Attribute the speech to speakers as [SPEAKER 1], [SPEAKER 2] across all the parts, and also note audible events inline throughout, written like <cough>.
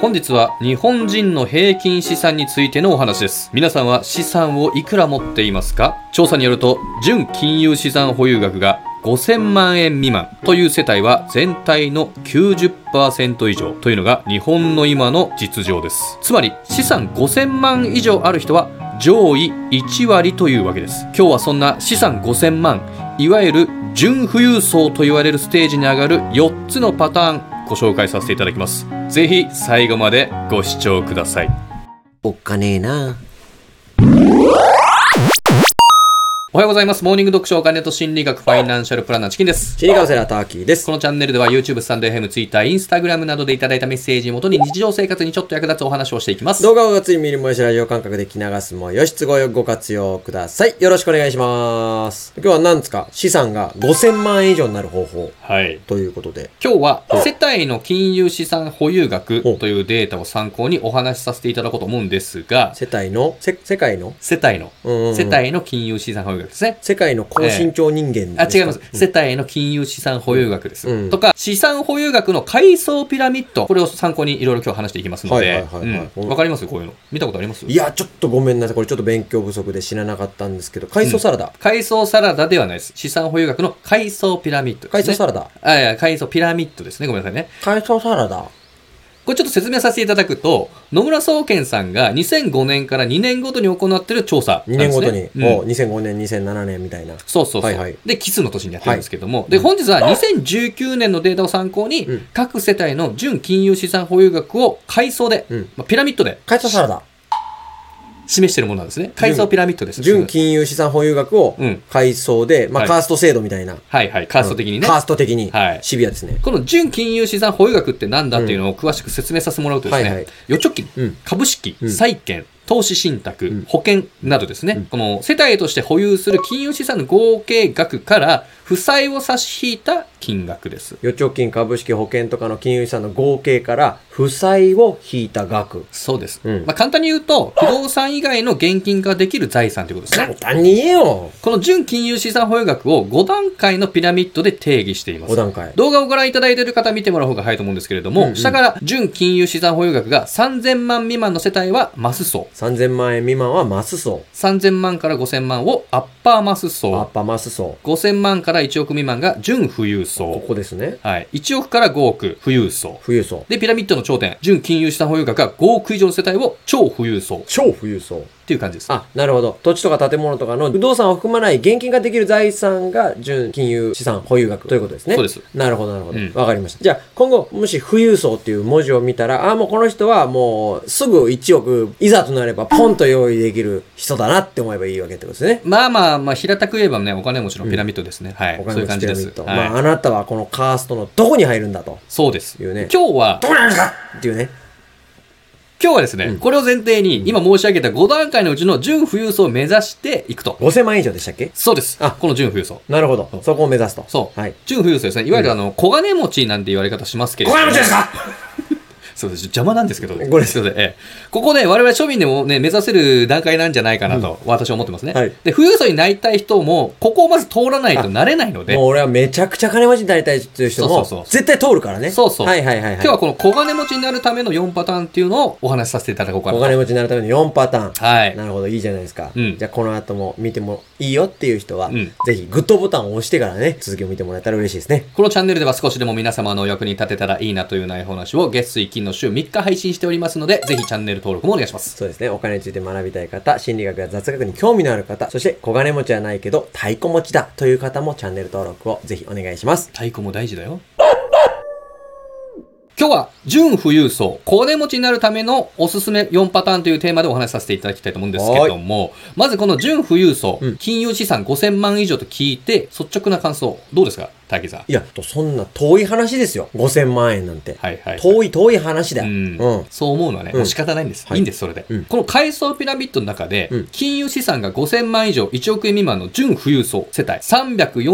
[SPEAKER 1] 本日は日本人の平均資産についてのお話です皆さんは資産をいくら持っていますか調査によると純金融資産保有額が5000万円未満という世帯は全体の90%以上というのが日本の今の実情ですつまり資産5000万以上ある人は上位1割というわけです今日はそんな資産5000万いわゆる純富裕層と言われるステージに上がる4つのパターンご紹介させていただきますぜひ最後までご視聴ください
[SPEAKER 2] おっかねえな。
[SPEAKER 1] おはようございますモーニング読書お金と心理学ファイナンシャルプランナーチキンです
[SPEAKER 2] チリカウセラターキーです。
[SPEAKER 1] このチャンネルでは YouTube、スタンド FM、Twitter、Instagram などでいただいたメッセージをもとに日常生活にちょっと役立つお話をしていきます。
[SPEAKER 2] 動画をがつい見るもよしラジオ感覚で聞き流すもよし、都合よくご活用ください。よろしくお願いします。今日は何ですか資産が5000万円以上になる方法
[SPEAKER 1] はい。
[SPEAKER 2] ということで。
[SPEAKER 1] 今日は世帯の金融資産保有額というデータを参考にお話しさせていただこうと思うんですが、
[SPEAKER 2] 世帯の、せ世界の、
[SPEAKER 1] 世帯の、
[SPEAKER 2] うんうんうん
[SPEAKER 1] 世帯の金融資産保有額ですね。
[SPEAKER 2] 世界の高身長人間
[SPEAKER 1] あ、
[SPEAKER 2] ですか
[SPEAKER 1] 違います。世帯の金融資産保有額です。
[SPEAKER 2] うん
[SPEAKER 1] とか、資産保有額の階層ピラミッド。これを参考にいろいろ今日話していきますの
[SPEAKER 2] はい
[SPEAKER 1] で。
[SPEAKER 2] は
[SPEAKER 1] う
[SPEAKER 2] いはいはい
[SPEAKER 1] んわかりますこういうの。見たことあります
[SPEAKER 2] いや、ちょっとごめんなさい。これちょっと勉強不足で知らなかったんですけど、海藻サラダ。
[SPEAKER 1] 階層サラダではないです。資産保有額の階層ピラミッドですね。
[SPEAKER 2] 海藻サラダ。
[SPEAKER 1] あ、いや、階層ピラミッドですね。ごめんなさいね。
[SPEAKER 2] 海藻サラダ。
[SPEAKER 1] これちょっと説明させていただくと、野村総研さんが2005年から2年ごとに行ってる調査なん
[SPEAKER 2] 2
[SPEAKER 1] で
[SPEAKER 2] 年
[SPEAKER 1] す、
[SPEAKER 2] ご
[SPEAKER 1] ね。
[SPEAKER 2] とに。
[SPEAKER 1] うん
[SPEAKER 2] おう2005年、2007年みたいな。
[SPEAKER 1] そうそうそう。
[SPEAKER 2] はいはい
[SPEAKER 1] で、キスの年にやってるんですけども、で、本日は2019年のデータを参考に、
[SPEAKER 2] うん
[SPEAKER 1] 各世帯の純金融資産保有額を階層で、
[SPEAKER 2] うん
[SPEAKER 1] まあ、ピラミッドで
[SPEAKER 2] 海藻サラダ。
[SPEAKER 1] 示してるものなんですね。階層ピラミッドです。
[SPEAKER 2] 純金融資産保有額を
[SPEAKER 1] うん
[SPEAKER 2] 改装で、ま
[SPEAKER 1] は
[SPEAKER 2] あ、
[SPEAKER 1] い
[SPEAKER 2] カースト制度みたいな。
[SPEAKER 1] はいはい、カースト的にね。
[SPEAKER 2] カースト的に
[SPEAKER 1] はい。
[SPEAKER 2] シビアですね。
[SPEAKER 1] この純金融資産保有額ってなんだっていうのを詳しく説明させてもらうとですね、
[SPEAKER 2] はいはい
[SPEAKER 1] 預貯金、
[SPEAKER 2] うん
[SPEAKER 1] 株式、
[SPEAKER 2] うん
[SPEAKER 1] 債券、投資信託、
[SPEAKER 2] うん
[SPEAKER 1] 保険などですね、
[SPEAKER 2] うん
[SPEAKER 1] この世帯として保有する金融資産の合計額から、負債を差し引いた金額です。
[SPEAKER 2] 預貯金、株式、保険とかの金融資産の合計から、負債を引いた額。
[SPEAKER 1] そうです。
[SPEAKER 2] うん
[SPEAKER 1] まあ、簡単に言うと、不動産以外の現金化できる財産ということですね。
[SPEAKER 2] 簡単に言えよ
[SPEAKER 1] この純金融資産保有額を5段階のピラミッドで定義しています
[SPEAKER 2] !5。段階。
[SPEAKER 1] 動画をご覧いただいている方見てもらう方が早いと思うんですけれども、
[SPEAKER 2] うんうん
[SPEAKER 1] 下から純金融資産保有額が3000万未満の世帯はマス層
[SPEAKER 2] 3000万円未満はマス層。
[SPEAKER 1] 3000万から5000万をアッパーマス
[SPEAKER 2] アッ
[SPEAKER 1] 層
[SPEAKER 2] パマス層。
[SPEAKER 1] 5000万から1億未満が純富裕
[SPEAKER 2] こ
[SPEAKER 1] 層、
[SPEAKER 2] こですね。
[SPEAKER 1] はい、1億から5億富裕層
[SPEAKER 2] 富裕層。
[SPEAKER 1] でピラミッドの頂点純金融資産保有額が5億以上の世帯を超富裕層っ
[SPEAKER 2] 超富裕層。
[SPEAKER 1] ていう感じです
[SPEAKER 2] あ、なるほど。土地とか建物とかの不動産を含まない現金化できる財産が純金融資産保有額ということですね。
[SPEAKER 1] そうです。
[SPEAKER 2] なるほど、なるほど。
[SPEAKER 1] うん
[SPEAKER 2] わ、かりました。じゃあ、今後、もし富裕層っていう文字を見たら、ああ、もうこの人はもうすぐ1億、いざとなればポンと用意できる人だなって思えばいいわけってことですね。
[SPEAKER 1] まあまあまあ平たく言えばねお金持ちのピラミッドですね、はい
[SPEAKER 2] お
[SPEAKER 1] そういう
[SPEAKER 2] 持
[SPEAKER 1] 感じ
[SPEAKER 2] ちピラ
[SPEAKER 1] で
[SPEAKER 2] ミ
[SPEAKER 1] す
[SPEAKER 2] ッ、ド。
[SPEAKER 1] はい
[SPEAKER 2] まあ、あなたはこのカーストのどこに入るんだと。
[SPEAKER 1] そうです
[SPEAKER 2] いうね
[SPEAKER 1] 今日は
[SPEAKER 2] どこに入るんだっていうね。
[SPEAKER 1] 今日はですね、これを前提に、今申し上げた5段階のうちの純富裕層を目指していくと。
[SPEAKER 2] 5000万円以上でしたっけ
[SPEAKER 1] そうです。
[SPEAKER 2] あ
[SPEAKER 1] この純富裕層。
[SPEAKER 2] なるほど。そこを目指すと。
[SPEAKER 1] そう。
[SPEAKER 2] はい。
[SPEAKER 1] 純富裕層ですね。いわゆるあの、小金持ちなんて言われ方しますけれ
[SPEAKER 2] 小
[SPEAKER 1] ども。
[SPEAKER 2] 金持ちですか
[SPEAKER 1] そうです。邪魔なんですけど。
[SPEAKER 2] ごめんなさ
[SPEAKER 1] すいませんええここね、我々庶民でもね、目指せる段階なんじゃないかなと、私は思ってますね。
[SPEAKER 2] はい
[SPEAKER 1] で、富裕層になりたい人も、ここをまず通らないとなれないので、
[SPEAKER 2] もう俺はめちゃくちゃ金持ちになりたいっていう人も
[SPEAKER 1] そうそうそう
[SPEAKER 2] 絶対通るからね。
[SPEAKER 1] そうそう
[SPEAKER 2] はいはいはい、はい。
[SPEAKER 1] 今日はこの小金持ちになるための4パターンっていうのをお話しさせていただこうかな
[SPEAKER 2] お
[SPEAKER 1] と。
[SPEAKER 2] 金持ちになるための4パターン。
[SPEAKER 1] はい。
[SPEAKER 2] なるほど、いいじゃないですか。
[SPEAKER 1] うん
[SPEAKER 2] じゃあこの後も見てもいいよっていう人は、
[SPEAKER 1] うん
[SPEAKER 2] ぜひグッドボタンを押してからね、続きを見てもらえたら嬉しいですね。
[SPEAKER 1] このチャンネルでは少しでも皆様のお役に立てたらいいなというようない話を月水金の週3日配信しておりますので、ぜひチャンネル登録もお願いします。
[SPEAKER 2] そうですね、お金について学びたい方、心理学や雑学に興味のある方、そして小金持ちはないけど太鼓持ちだという方もチャンネル登録をぜひお願いします。
[SPEAKER 1] 太鼓も大事だよ。今日は、純富裕層、小金持ちになるためのおすすめ4パターンというテーマでお話しさせていただきたいと思うんですけども、まずこの純富裕層、
[SPEAKER 2] うん
[SPEAKER 1] 金融資産5000万以上と聞いて、率直な感想、どうですか大木さん。はい
[SPEAKER 2] いや、そんな遠い話ですよ。5000万円なんて。
[SPEAKER 1] はいはい。
[SPEAKER 2] 遠い遠い話だよ。
[SPEAKER 1] うん
[SPEAKER 2] うん
[SPEAKER 1] そう思うのはね、
[SPEAKER 2] うん
[SPEAKER 1] もう仕方ないんです。
[SPEAKER 2] はい
[SPEAKER 1] い、いんです、それで。
[SPEAKER 2] うん
[SPEAKER 1] この階層ピラミッドの中で、
[SPEAKER 2] うん
[SPEAKER 1] 金融資産が5000万以上、1億円未満の純富裕層世帯、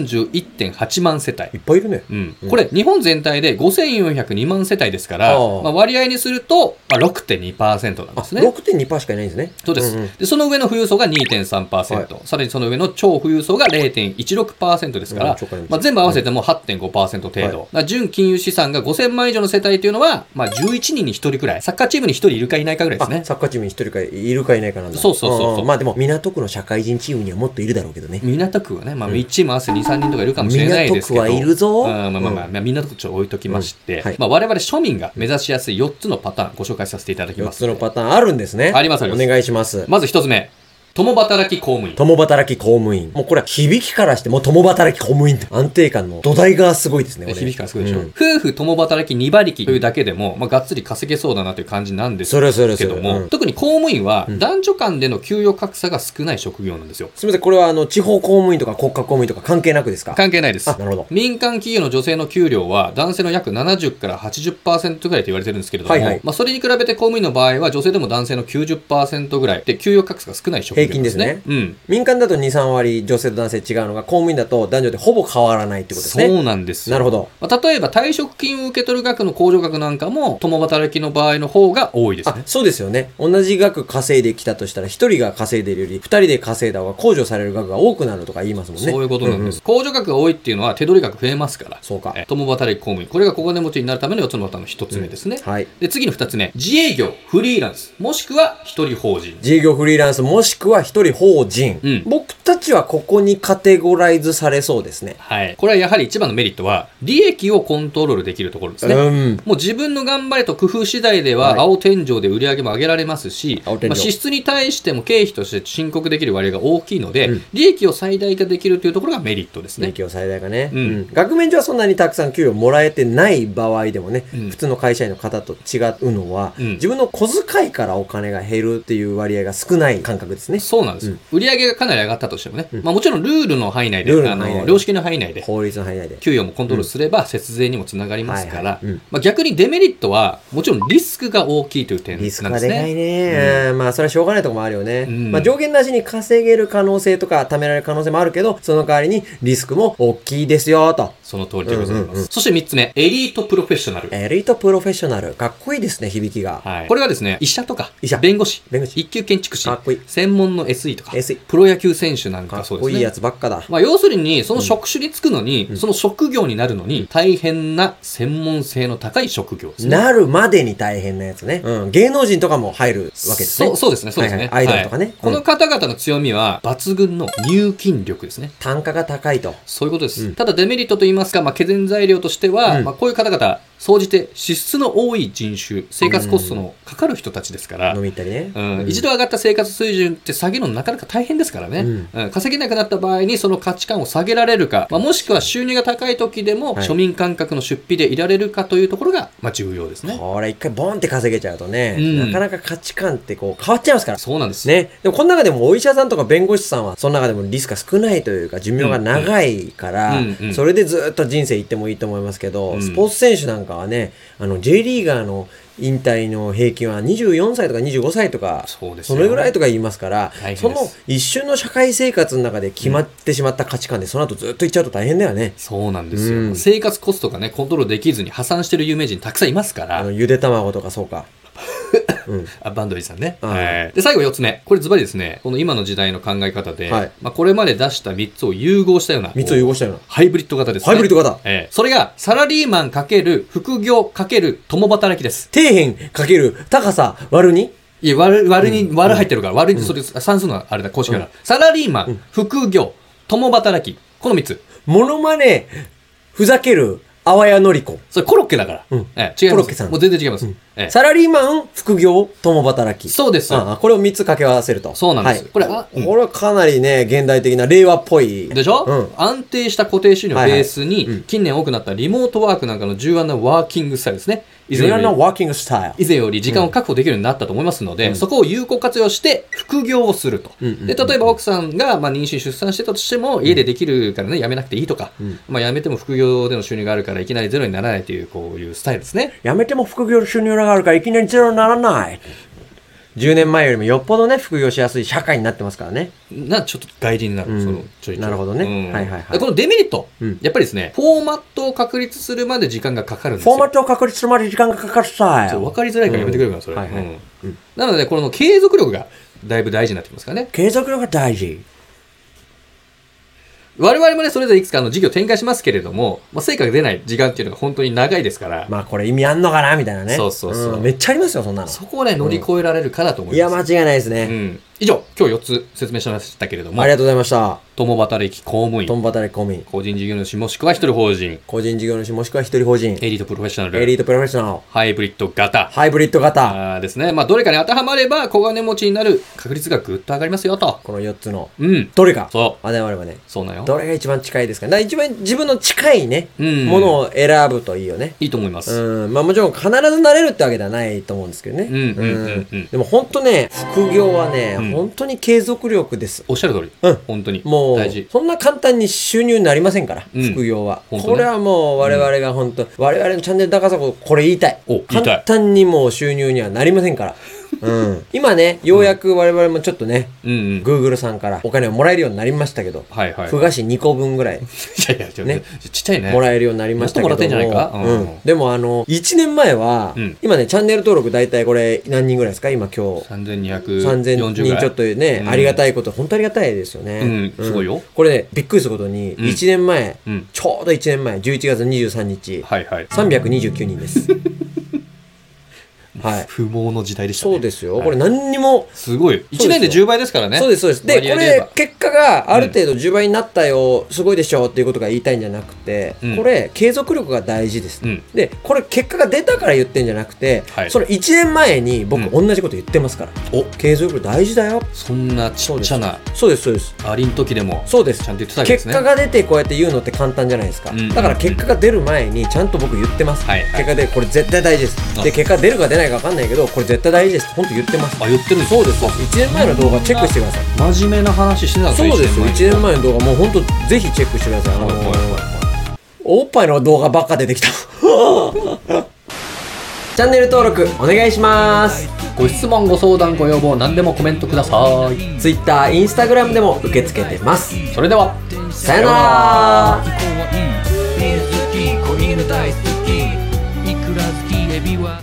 [SPEAKER 1] 341.8万世
[SPEAKER 2] い
[SPEAKER 1] 帯。
[SPEAKER 2] っぱいいるね。
[SPEAKER 1] うん
[SPEAKER 2] うん
[SPEAKER 1] これ、日本全体で5402万世帯ですから、
[SPEAKER 2] あー
[SPEAKER 1] まあ、割合にすると、まあ、6.2%なん
[SPEAKER 2] あ、
[SPEAKER 1] ですね。
[SPEAKER 2] 6.2%しかいないんですね。
[SPEAKER 1] そうです、
[SPEAKER 2] んん
[SPEAKER 1] で、その上の富裕層が2.3%、
[SPEAKER 2] は
[SPEAKER 1] さらにその上の超富裕層が0.16%ですから、
[SPEAKER 2] うん超過りまし
[SPEAKER 1] ま
[SPEAKER 2] た
[SPEAKER 1] あ、全部合わわせても8.5%程度。
[SPEAKER 2] は
[SPEAKER 1] だ
[SPEAKER 2] い
[SPEAKER 1] から純金融資産が5000万以上の世帯というのは、まあ11人に1人くらい。サッカーチームに1人いるかいないかぐらいですね
[SPEAKER 2] あ。サッカーチームに一人かいるかいないかなんだ
[SPEAKER 1] そうそうそうそうん
[SPEAKER 2] んまあでも港区の社会人チームにはもっといるだろうけどね
[SPEAKER 1] 港区はね、まあ、1チーム合わせて2、3人とかいるかもしれないですけど、
[SPEAKER 2] 港区はいるぞ
[SPEAKER 1] うんまあまあまあ、まあ、港区ちょっと置いときまして、
[SPEAKER 2] うんはい
[SPEAKER 1] まあ、我々庶民が目指しやすい4つのパターン、ご紹介させていただき
[SPEAKER 2] 4
[SPEAKER 1] ま
[SPEAKER 2] つ
[SPEAKER 1] す。
[SPEAKER 2] のパターンあるんですね
[SPEAKER 1] ありますあります
[SPEAKER 2] お願いします
[SPEAKER 1] まず1つ目、共働き公務員。
[SPEAKER 2] 共働き公務員。もうこれは響きからして、もう共働き公務員って安定感の土台がすごいですね、これ
[SPEAKER 1] 響きからすごいでしょ、
[SPEAKER 2] うん
[SPEAKER 1] 夫婦共働き2馬力というだけでも、まあ、がっつり稼げそうだなという感じなんです
[SPEAKER 2] それはそれはそ
[SPEAKER 1] け
[SPEAKER 2] れは
[SPEAKER 1] ども、
[SPEAKER 2] うん
[SPEAKER 1] 特に公務員は男女間での給与格差が少ない職業なんですよ。
[SPEAKER 2] すみません、これはあの、地方公務員とか国家公務員とか関係なくですか
[SPEAKER 1] 関係ないです
[SPEAKER 2] あ、。なるほど。
[SPEAKER 1] 民間企業の女性の給料は男性の約70から80%ぐらいと言われてるんですけれども、
[SPEAKER 2] はいはい
[SPEAKER 1] まあ、それに比べて公務員の場合は女性でも男性の90%ぐらいで給与格差が少ない職業ですね。
[SPEAKER 2] 平均
[SPEAKER 1] うん。
[SPEAKER 2] 民間だと2、3割女性と男性違うのが、公務員だと男女でほぼ変わらないってことですね。
[SPEAKER 1] そうなんですよ
[SPEAKER 2] なるほど。
[SPEAKER 1] まあ、例えば退職金を受け取る額の控除額なんかも共働きの場合の方が多いです
[SPEAKER 2] あ
[SPEAKER 1] ね。
[SPEAKER 2] そうですよね。同じ額稼いできたとしたら、1人が稼いでるより、2人で稼いだ方が控除される額が多くなるとか言いますもんね。
[SPEAKER 1] そういうことなん
[SPEAKER 2] う
[SPEAKER 1] で
[SPEAKER 2] ん
[SPEAKER 1] す。控除額が多いっていうのは手取り額増えますから。
[SPEAKER 2] そうか
[SPEAKER 1] え共働き公務員。これが小金持ちになるための4つのパターンの1つ目ですね。
[SPEAKER 2] はい。
[SPEAKER 1] で、次の2つ目。自営業、フリーランス、もしくは一人法人。
[SPEAKER 2] 自営業フリーランスもしくは一人法人、
[SPEAKER 1] うん
[SPEAKER 2] 僕たちはここにカテゴライズされそうですね
[SPEAKER 1] はい。これはやはり一番のメリットは、利益をコントロールできるところですね。
[SPEAKER 2] うん
[SPEAKER 1] もう自分の頑張りと工夫次第では、
[SPEAKER 2] はい
[SPEAKER 1] 青天井で売り上げも上げられますし、ま
[SPEAKER 2] 青天井
[SPEAKER 1] あ、支出に対しても経費として申告できる割合が大きいので、
[SPEAKER 2] うん
[SPEAKER 1] 利益を最大化できるというところがメリットです
[SPEAKER 2] 利
[SPEAKER 1] ね。
[SPEAKER 2] 益を最大化ね、
[SPEAKER 1] うん
[SPEAKER 2] 額面上はそんなにたくさん給与もらえてない場合でもね、
[SPEAKER 1] うん
[SPEAKER 2] 普通の会社員の方と違うのは、
[SPEAKER 1] うん
[SPEAKER 2] 自分の小遣いからお金が減るっていう割合が少ない感覚ですね
[SPEAKER 1] そうなんですよ、売り上げがかなり上がったとしてもね、まあもちろんルールの範囲内で、
[SPEAKER 2] ルール
[SPEAKER 1] あ
[SPEAKER 2] の範囲内で
[SPEAKER 1] の、良識の範囲内で、
[SPEAKER 2] 法律の範囲内で
[SPEAKER 1] 給与もコントロールすれば節税にもつながりますから、
[SPEAKER 2] はいはいうん
[SPEAKER 1] まあ、逆にデメリットは、もちろんリスクが大きいという点なん
[SPEAKER 2] リ
[SPEAKER 1] で
[SPEAKER 2] ス
[SPEAKER 1] す
[SPEAKER 2] ク
[SPEAKER 1] ね。
[SPEAKER 2] がでかいね、うんまあそれはしょうがないとこもあるよね、
[SPEAKER 1] うん
[SPEAKER 2] まあ上限なしに稼げる可能性とか貯められる可能性もあるけどその代わりにリスクも大きいですよと
[SPEAKER 1] その通りでございます。
[SPEAKER 2] うんうんうん
[SPEAKER 1] そして3つ目、エリートプロフェッショナル。
[SPEAKER 2] エリートプロフェッショナル。かっこいいですね、響きが。
[SPEAKER 1] はい、これはですね、医者とか、
[SPEAKER 2] 医者
[SPEAKER 1] 弁護士、
[SPEAKER 2] 弁護士
[SPEAKER 1] 一級建築士
[SPEAKER 2] かっこいい、
[SPEAKER 1] 専門の SE とか、
[SPEAKER 2] SE
[SPEAKER 1] プロ野球選手なん
[SPEAKER 2] か
[SPEAKER 1] か
[SPEAKER 2] っ
[SPEAKER 1] そうです
[SPEAKER 2] こ
[SPEAKER 1] ね。
[SPEAKER 2] いいやつばっかだ。
[SPEAKER 1] まあ、要するに、その職種に就くのに、その職業になるのに、大変な専門性の高い職業ですね。
[SPEAKER 2] なるまでに大変なやつね。うん。芸能人とかも入るわけですね。
[SPEAKER 1] そうそうですね、そうですね。
[SPEAKER 2] はいはいアイドルとかね
[SPEAKER 1] はい
[SPEAKER 2] うん
[SPEAKER 1] この方々の強みは、抜群の入金力ですね。
[SPEAKER 2] 単価が高いと。
[SPEAKER 1] そういうことです。
[SPEAKER 2] うん
[SPEAKER 1] ただデメリットといいますか、まあ、懸念材料としては、
[SPEAKER 2] うん
[SPEAKER 1] まあ、こういう方々、総じて支出の多い人種、生活コストのかかる人たちですから、
[SPEAKER 2] 飲み行ったりね。
[SPEAKER 1] うん一度上がった生活水準って下げるのなかなか大変ですからね、
[SPEAKER 2] うん
[SPEAKER 1] うん稼げなくなった場合にその価値観を下げられるか、まあ、もしくは収入が高い時でも
[SPEAKER 2] はい
[SPEAKER 1] 庶民感覚の出費でいられるかというところが、まあ、重要ですね、
[SPEAKER 2] これ一回ボンって稼げちゃうとね、
[SPEAKER 1] うん
[SPEAKER 2] なかなか価値観ってこう変わっちゃいますから。
[SPEAKER 1] そうなんです、
[SPEAKER 2] ね。でもこの中でもお医者さんとか弁護士さんはその中でもリスクが少ないというか寿命が長いから、
[SPEAKER 1] うんうんうん
[SPEAKER 2] それでずっと人生いってもいいと思いますけど、
[SPEAKER 1] うん
[SPEAKER 2] スポーツ選手なんかはね、あの J リーガーの引退の平均は24歳とか25歳とか、
[SPEAKER 1] そうです
[SPEAKER 2] そ
[SPEAKER 1] よ
[SPEAKER 2] れぐらいとか言いますから
[SPEAKER 1] 大変で、す
[SPEAKER 2] その一瞬の社会生活の中で決まってしまった価値観で、その後ずっと行っちゃうと大変だよね。
[SPEAKER 1] そうなんですよ、
[SPEAKER 2] うん
[SPEAKER 1] 生活コストがねコントロールできずに破産してる有名人たくさんいますか
[SPEAKER 2] あ
[SPEAKER 1] ら
[SPEAKER 2] の、ゆで卵とかそうか。
[SPEAKER 1] <laughs>
[SPEAKER 2] うん。
[SPEAKER 1] あバンドリーさんね、
[SPEAKER 2] はい
[SPEAKER 1] はいで最後4つ目これズバリですねこの今の時代の考え方で、
[SPEAKER 2] はい
[SPEAKER 1] まあ、これまで出した3つを融合したような
[SPEAKER 2] 三つを融合したような。
[SPEAKER 1] ハイブリッド型ですね
[SPEAKER 2] ハイブリッド型。
[SPEAKER 1] ええそれが、サラリーマン×副業×共働きです。
[SPEAKER 2] 底辺かける高さ割るに
[SPEAKER 1] いや、割る、割るに、割る入ってるから、割るに、それ、算数のあれだ、公式から。サラリーマン、副業、共働き。この3つ。
[SPEAKER 2] モノマネ、ふざける、あわやのりこ。
[SPEAKER 1] それコロッケだから。
[SPEAKER 2] うん
[SPEAKER 1] ええ違います。
[SPEAKER 2] コロッケさん
[SPEAKER 1] もう全然違います。ええ
[SPEAKER 2] サラリーマン、副業、共働き。
[SPEAKER 1] そうです。
[SPEAKER 2] ああこれを3つ掛け合わせると。
[SPEAKER 1] そうなんです
[SPEAKER 2] はい
[SPEAKER 1] これあうん
[SPEAKER 2] これはかなりね、現代的な令和っぽい。
[SPEAKER 1] でしょ、
[SPEAKER 2] うん
[SPEAKER 1] 安定した固定収入をベースに、
[SPEAKER 2] はいはいうん
[SPEAKER 1] 近年多くなったリモートワークなんかの柔軟なワーキングスタイルですね。以
[SPEAKER 2] い
[SPEAKER 1] 前よ
[SPEAKER 2] ろん
[SPEAKER 1] り
[SPEAKER 2] なワーキングスタイル。
[SPEAKER 1] 以前より時間を確保できるようになったと思いますので、そこを有効活用して副業をすると。
[SPEAKER 2] うんうんうん
[SPEAKER 1] で、例えば奥さんが、まあ、妊娠、出産してたとしても、家でできるからね、辞めなくていいとか、
[SPEAKER 2] ん
[SPEAKER 1] まあ、辞めても副業での収入があるから、いきなりゼロにならないという、こういうスタイルですね。
[SPEAKER 2] やめても副業収入があるからいきなりゼロにならない。10年前よりもよっぽどね、副業しやすい社会になってますからね。
[SPEAKER 1] な、ちょっと外輪になる、
[SPEAKER 2] うん
[SPEAKER 1] その、ちょいちょい
[SPEAKER 2] なるほどねはいはいはい
[SPEAKER 1] このデメリット、
[SPEAKER 2] うん
[SPEAKER 1] やっぱりですね、フォーマットを確立するまで時間がかかるんです
[SPEAKER 2] フ
[SPEAKER 1] よ。
[SPEAKER 2] ォーマットを確立するまで時間がかかるさ
[SPEAKER 1] ちょっと分かりづらいからやめてくれるかな、それ。
[SPEAKER 2] はいはい
[SPEAKER 1] うん
[SPEAKER 2] うん
[SPEAKER 1] なので、この継続力がだいぶ大事になってきますからね。
[SPEAKER 2] 継続力が大事。
[SPEAKER 1] 我々もね、それぞれいくつかの事業展開しますけれども、まあ、成果が出ない時間っていうのが本当に長いですから、
[SPEAKER 2] まあこれ意味あんのかなみたいなね。
[SPEAKER 1] そうそうそうん
[SPEAKER 2] めっちゃありますよ、そんなの。
[SPEAKER 1] そこをね、乗り越えられるかだと思
[SPEAKER 2] い
[SPEAKER 1] いま
[SPEAKER 2] や、
[SPEAKER 1] す。
[SPEAKER 2] 間違いないです
[SPEAKER 1] う
[SPEAKER 2] ね。
[SPEAKER 1] ん。以上、今日4つ説明しましたけれども
[SPEAKER 2] あり、がとうございました。
[SPEAKER 1] 共働き公務員、
[SPEAKER 2] 共働き公務員、
[SPEAKER 1] 個人事業主もしくは一人法人、
[SPEAKER 2] 個人事業主もしくは一人法人、
[SPEAKER 1] エリートプロフェッショナ
[SPEAKER 2] エ
[SPEAKER 1] ル、
[SPEAKER 2] リートプロフェッショナル、
[SPEAKER 1] ハイブリッド型、
[SPEAKER 2] ハイブリッド型、
[SPEAKER 1] あーですね。まあ、どれかに当てはまれば、小金持ちになる確率がぐっと上がりますよと。
[SPEAKER 2] この4つの、
[SPEAKER 1] うん。
[SPEAKER 2] どれか、
[SPEAKER 1] そ
[SPEAKER 2] 当てはまればね、
[SPEAKER 1] う。そうなんよ。
[SPEAKER 2] どれが一番近いですかね。だから一番自分の近いね、
[SPEAKER 1] うん
[SPEAKER 2] ものを選ぶといいよね。
[SPEAKER 1] いいと思います。
[SPEAKER 2] うん、まあもちろん必ずなれるってわけではないと思うんですけどね。
[SPEAKER 1] うんうんうんうん
[SPEAKER 2] でも本当ね、副業はね、
[SPEAKER 1] うん
[SPEAKER 2] 本当に継続力です。
[SPEAKER 1] おっしゃる通り。
[SPEAKER 2] うん
[SPEAKER 1] 本当に。
[SPEAKER 2] もう
[SPEAKER 1] 大事。
[SPEAKER 2] そんな簡単に収入になりませんから、
[SPEAKER 1] うん
[SPEAKER 2] 副業は、
[SPEAKER 1] ほんとね
[SPEAKER 2] これはもう我々が本当、我々のチャンネル高さここれ言いたい
[SPEAKER 1] お言いたい
[SPEAKER 2] 簡単にもう収入にはなりません
[SPEAKER 1] <laughs>
[SPEAKER 2] から、うん、今ねようやく我々もちょっとね、
[SPEAKER 1] うんうん。
[SPEAKER 2] Google さんからお金をもらえるようになりましたけど、
[SPEAKER 1] はいはい。
[SPEAKER 2] ふ
[SPEAKER 1] い
[SPEAKER 2] がし2個分ぐらい
[SPEAKER 1] <laughs> やいや、ちょっと
[SPEAKER 2] ね
[SPEAKER 1] ちっちゃいね。
[SPEAKER 2] もらえるようになりましたけ
[SPEAKER 1] も
[SPEAKER 2] ど
[SPEAKER 1] っともらってんじゃないか
[SPEAKER 2] う
[SPEAKER 1] うん
[SPEAKER 2] ん、でもあの1年前は、
[SPEAKER 1] うん
[SPEAKER 2] 今ねチャンネル登録大体これ何人ぐらいですか今今日
[SPEAKER 1] 3240
[SPEAKER 2] 3000人ちょっとね、
[SPEAKER 1] うん
[SPEAKER 2] ありがたいこと本当ありがたいですよね、
[SPEAKER 1] うんすごいよ
[SPEAKER 2] これねびっくりすることに、
[SPEAKER 1] うん
[SPEAKER 2] 1年前、
[SPEAKER 1] うん
[SPEAKER 2] ちょうど1年前11月23日、
[SPEAKER 1] はいはい。
[SPEAKER 2] 329人ですはい
[SPEAKER 1] 不毛の時代でしたね。
[SPEAKER 2] そうですよ、
[SPEAKER 1] はい
[SPEAKER 2] これ何にも
[SPEAKER 1] すごい。
[SPEAKER 2] です
[SPEAKER 1] 1
[SPEAKER 2] よ
[SPEAKER 1] 年で10倍ですからね。
[SPEAKER 2] そうですそうですで
[SPEAKER 1] 割合
[SPEAKER 2] こ
[SPEAKER 1] 言えば
[SPEAKER 2] れ結果がある程度10倍になったよ、すごいでしょっていうことが言いたいんじゃなくて、
[SPEAKER 1] うん
[SPEAKER 2] これ継続力が大事です、
[SPEAKER 1] うん
[SPEAKER 2] でこれ結果が出たから言ってんじゃなくて、
[SPEAKER 1] はい
[SPEAKER 2] その1年前に僕
[SPEAKER 1] うん
[SPEAKER 2] 同じこと言ってますから、
[SPEAKER 1] お
[SPEAKER 2] 継続力大事だよ
[SPEAKER 1] そんなちっちゃな、
[SPEAKER 2] そうですそうです
[SPEAKER 1] ありん時でも、
[SPEAKER 2] そうです
[SPEAKER 1] ちゃんと言ってたわけです
[SPEAKER 2] 結
[SPEAKER 1] ね。
[SPEAKER 2] 果が出てこうやって言うのって簡単じゃないですか、
[SPEAKER 1] うん
[SPEAKER 2] だから結果が出る前にちゃんと僕言ってます、
[SPEAKER 1] はいはい
[SPEAKER 2] 結果でこれ絶対大事です
[SPEAKER 1] あ
[SPEAKER 2] で結果出るか出ないか分かんないけどこれ絶対大事ですって本当言ってます
[SPEAKER 1] あ、言ってるんです
[SPEAKER 2] そうですそうです1年前の動画チェックしてください
[SPEAKER 1] あ真面目な話してたん
[SPEAKER 2] そうですよ1年前の動画もう本当ぜひチェックしてくださいあ
[SPEAKER 1] は
[SPEAKER 2] の
[SPEAKER 1] いはいはい
[SPEAKER 2] おっぱいの動画ばっか出てきた <laughs> チャンネル登録お願いします
[SPEAKER 1] ご質問、ご相談、ご要望、何でもコメントください。
[SPEAKER 2] Twitter、Instagram でも受け付けてます
[SPEAKER 1] それでは、
[SPEAKER 2] さよなら
[SPEAKER 3] 以降はうんビール好き子犬大好きいくら好きエビは